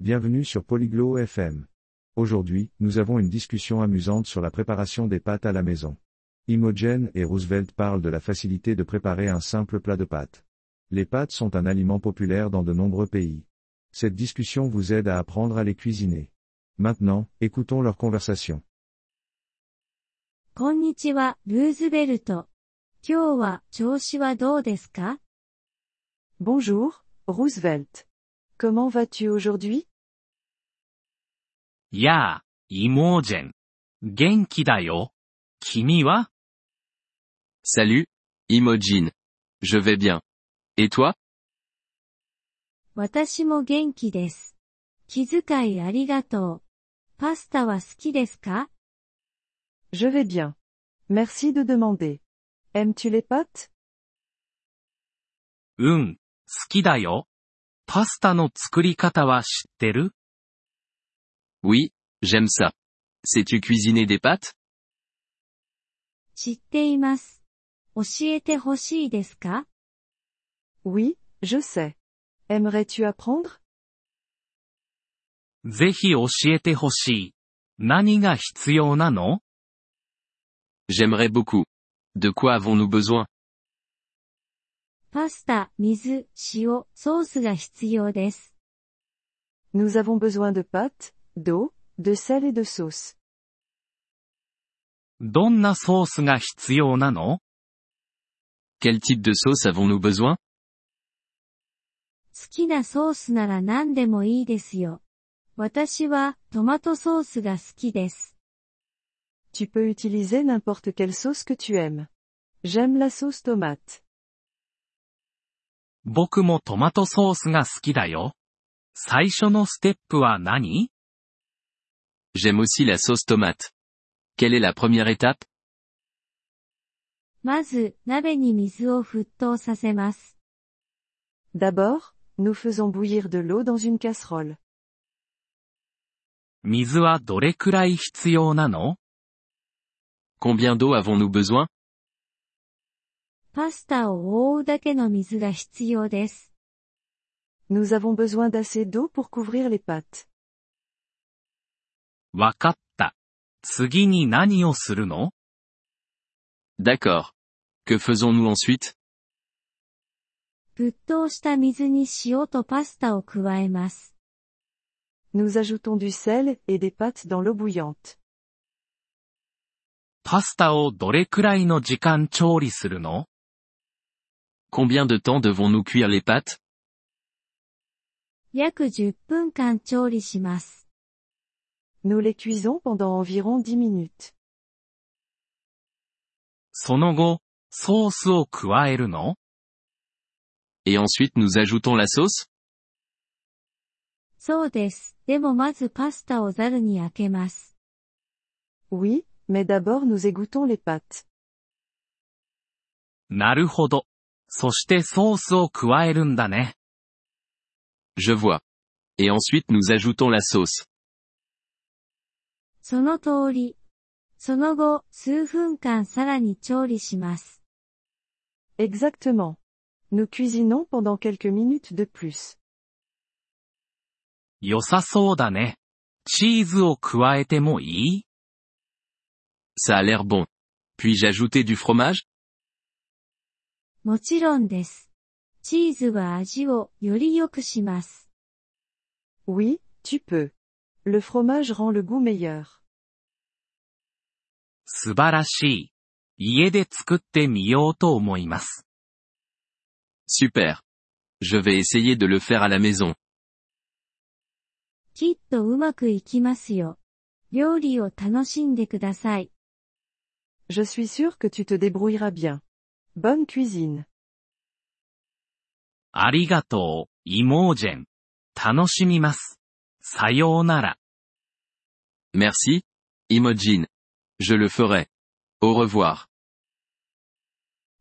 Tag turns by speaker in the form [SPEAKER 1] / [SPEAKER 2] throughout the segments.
[SPEAKER 1] Bienvenue sur Polyglot FM. Aujourd'hui, nous avons une discussion amusante sur la préparation des pâtes à la maison. Imogen et Roosevelt parlent de la facilité de préparer un simple plat de pâtes. Les pâtes sont un aliment populaire dans de nombreux pays. Cette discussion vous aide à apprendre à les cuisiner. Maintenant, écoutons leur conversation.
[SPEAKER 2] こんにちは、ルーズベルト。今日は調子はどうですか
[SPEAKER 3] Bonjour, Roosevelt. Comment vas-tu aujourd'hui
[SPEAKER 4] やあ、イモージェン。元気だよ。君は
[SPEAKER 5] Salut, Imogen. Je vais bien. Et toi
[SPEAKER 2] 私も元気です。気遣いありがとう。パスタは好きですか
[SPEAKER 3] Je vais bien. Merci de demander. Aimes-tu les pâtes
[SPEAKER 4] うん、好きだよ。パスタの作り方は知ってる
[SPEAKER 5] Oui, j'aime ça. Sais-tu cuisiner des pâtes
[SPEAKER 2] 知っています。教えてほしいですか
[SPEAKER 3] Oui, je sais. Aimerais-tu apprendre
[SPEAKER 4] ぜひ教えてほしい。何が必要なの
[SPEAKER 5] J'aimerais beaucoup. De quoi avons-nous besoin
[SPEAKER 2] パスタ、水、塩、ソースが必要です。
[SPEAKER 3] Nous avons besoin de pâtes, d'eau, de sel et de sauce.
[SPEAKER 4] どんなソースが必要なの
[SPEAKER 5] Quel type de sauce avons-nous besoin
[SPEAKER 2] 好きなソースなら何でもいいですよ。私はトマトソースが好きです。
[SPEAKER 3] Tu peux utiliser n'importe quelle sauce que tu aimes. J'aime la sauce tomate.
[SPEAKER 4] 僕もトマトソースが好きだよ。最初のステップは何
[SPEAKER 5] J'aime aussi la sauce tomate. Quelle est la première étape
[SPEAKER 2] まず、鍋に水を沸騰させます。
[SPEAKER 3] D'abord, nous faisons bouillir de l'eau dans une casserole.
[SPEAKER 4] 水はどれくらい必要なの
[SPEAKER 5] Combien d'eau avons-nous besoin
[SPEAKER 2] パスタを覆うだけの水が必要です。
[SPEAKER 3] Nous avons besoin d'assez d'eau pour couvrir les pâtes.
[SPEAKER 4] わかった。次に何をするの
[SPEAKER 5] D'accord. Que faisons-nous ensuite
[SPEAKER 2] 沸騰した水に塩とパスタを加えます。
[SPEAKER 3] Nous ajoutons du sel et des pâtes dans l'eau bouillante.
[SPEAKER 4] パスタをどれくらいの時間調理するの
[SPEAKER 5] Combien de temps devons-nous cuire les pâtes
[SPEAKER 2] 約10分間調理します。
[SPEAKER 3] Nous les cuisons pendant environ 10 minutes.
[SPEAKER 4] その後、ソースを加えるの
[SPEAKER 5] Et ensuite nous ajoutons la sauce
[SPEAKER 2] そうです。でもまずパスタをザルに開けます。
[SPEAKER 3] Oui, mais d'abord nous égouttons les pâtes.
[SPEAKER 4] なるほど。そしてソースを加えるんだね。
[SPEAKER 5] Je vois. Et ensuite nous ajoutons la sauce.
[SPEAKER 2] その通り。その後、数分間さらに調理します。
[SPEAKER 3] Exactement. Nous cuisinons pendant quelques minutes de plus.
[SPEAKER 4] 良さそうだね。チーズを加えてもいい
[SPEAKER 5] Ça a l'air bon. Puis-je ajouter du fromage
[SPEAKER 2] もちろんです。チーズは味をより良くします。
[SPEAKER 3] Oui, tu peux. Le fromage rend le goût meilleur.
[SPEAKER 4] 素晴らしい。家で作ってみようと思います。
[SPEAKER 5] Super. Je vais essayer de le faire à la maison.
[SPEAKER 2] きっとうまくいきますよ。料理を楽しんでください。
[SPEAKER 3] Je suis sûre que tu te débrouilleras bien. Bonne cuisine.
[SPEAKER 4] ありがとう、イモージェン。楽しみます。さようなら。
[SPEAKER 5] Merci, Imogen. Je le ferai. Au revoir.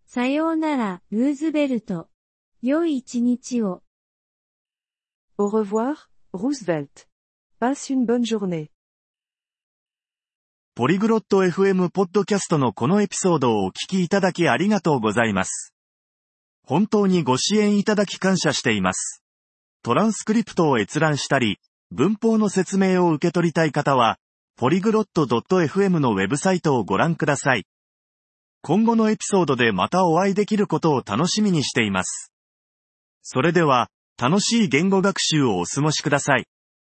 [SPEAKER 2] さようなら、ルーズベルト。良い一日を。
[SPEAKER 3] Au revoir, Roosevelt. Passe une bonne journée.
[SPEAKER 6] ポリグロット FM ポッドキャストのこのエピソードをお聞きいただきありがとうございます。本当にご支援いただき感謝しています。トランスクリプトを閲覧したり、文法の説明を受け取りたい方は、polyglot.fm のウェブサイトをご覧ください。今後のエピソードでまたお会いできることを楽しみにしています。それでは、楽しい言語学習をお過ごしください。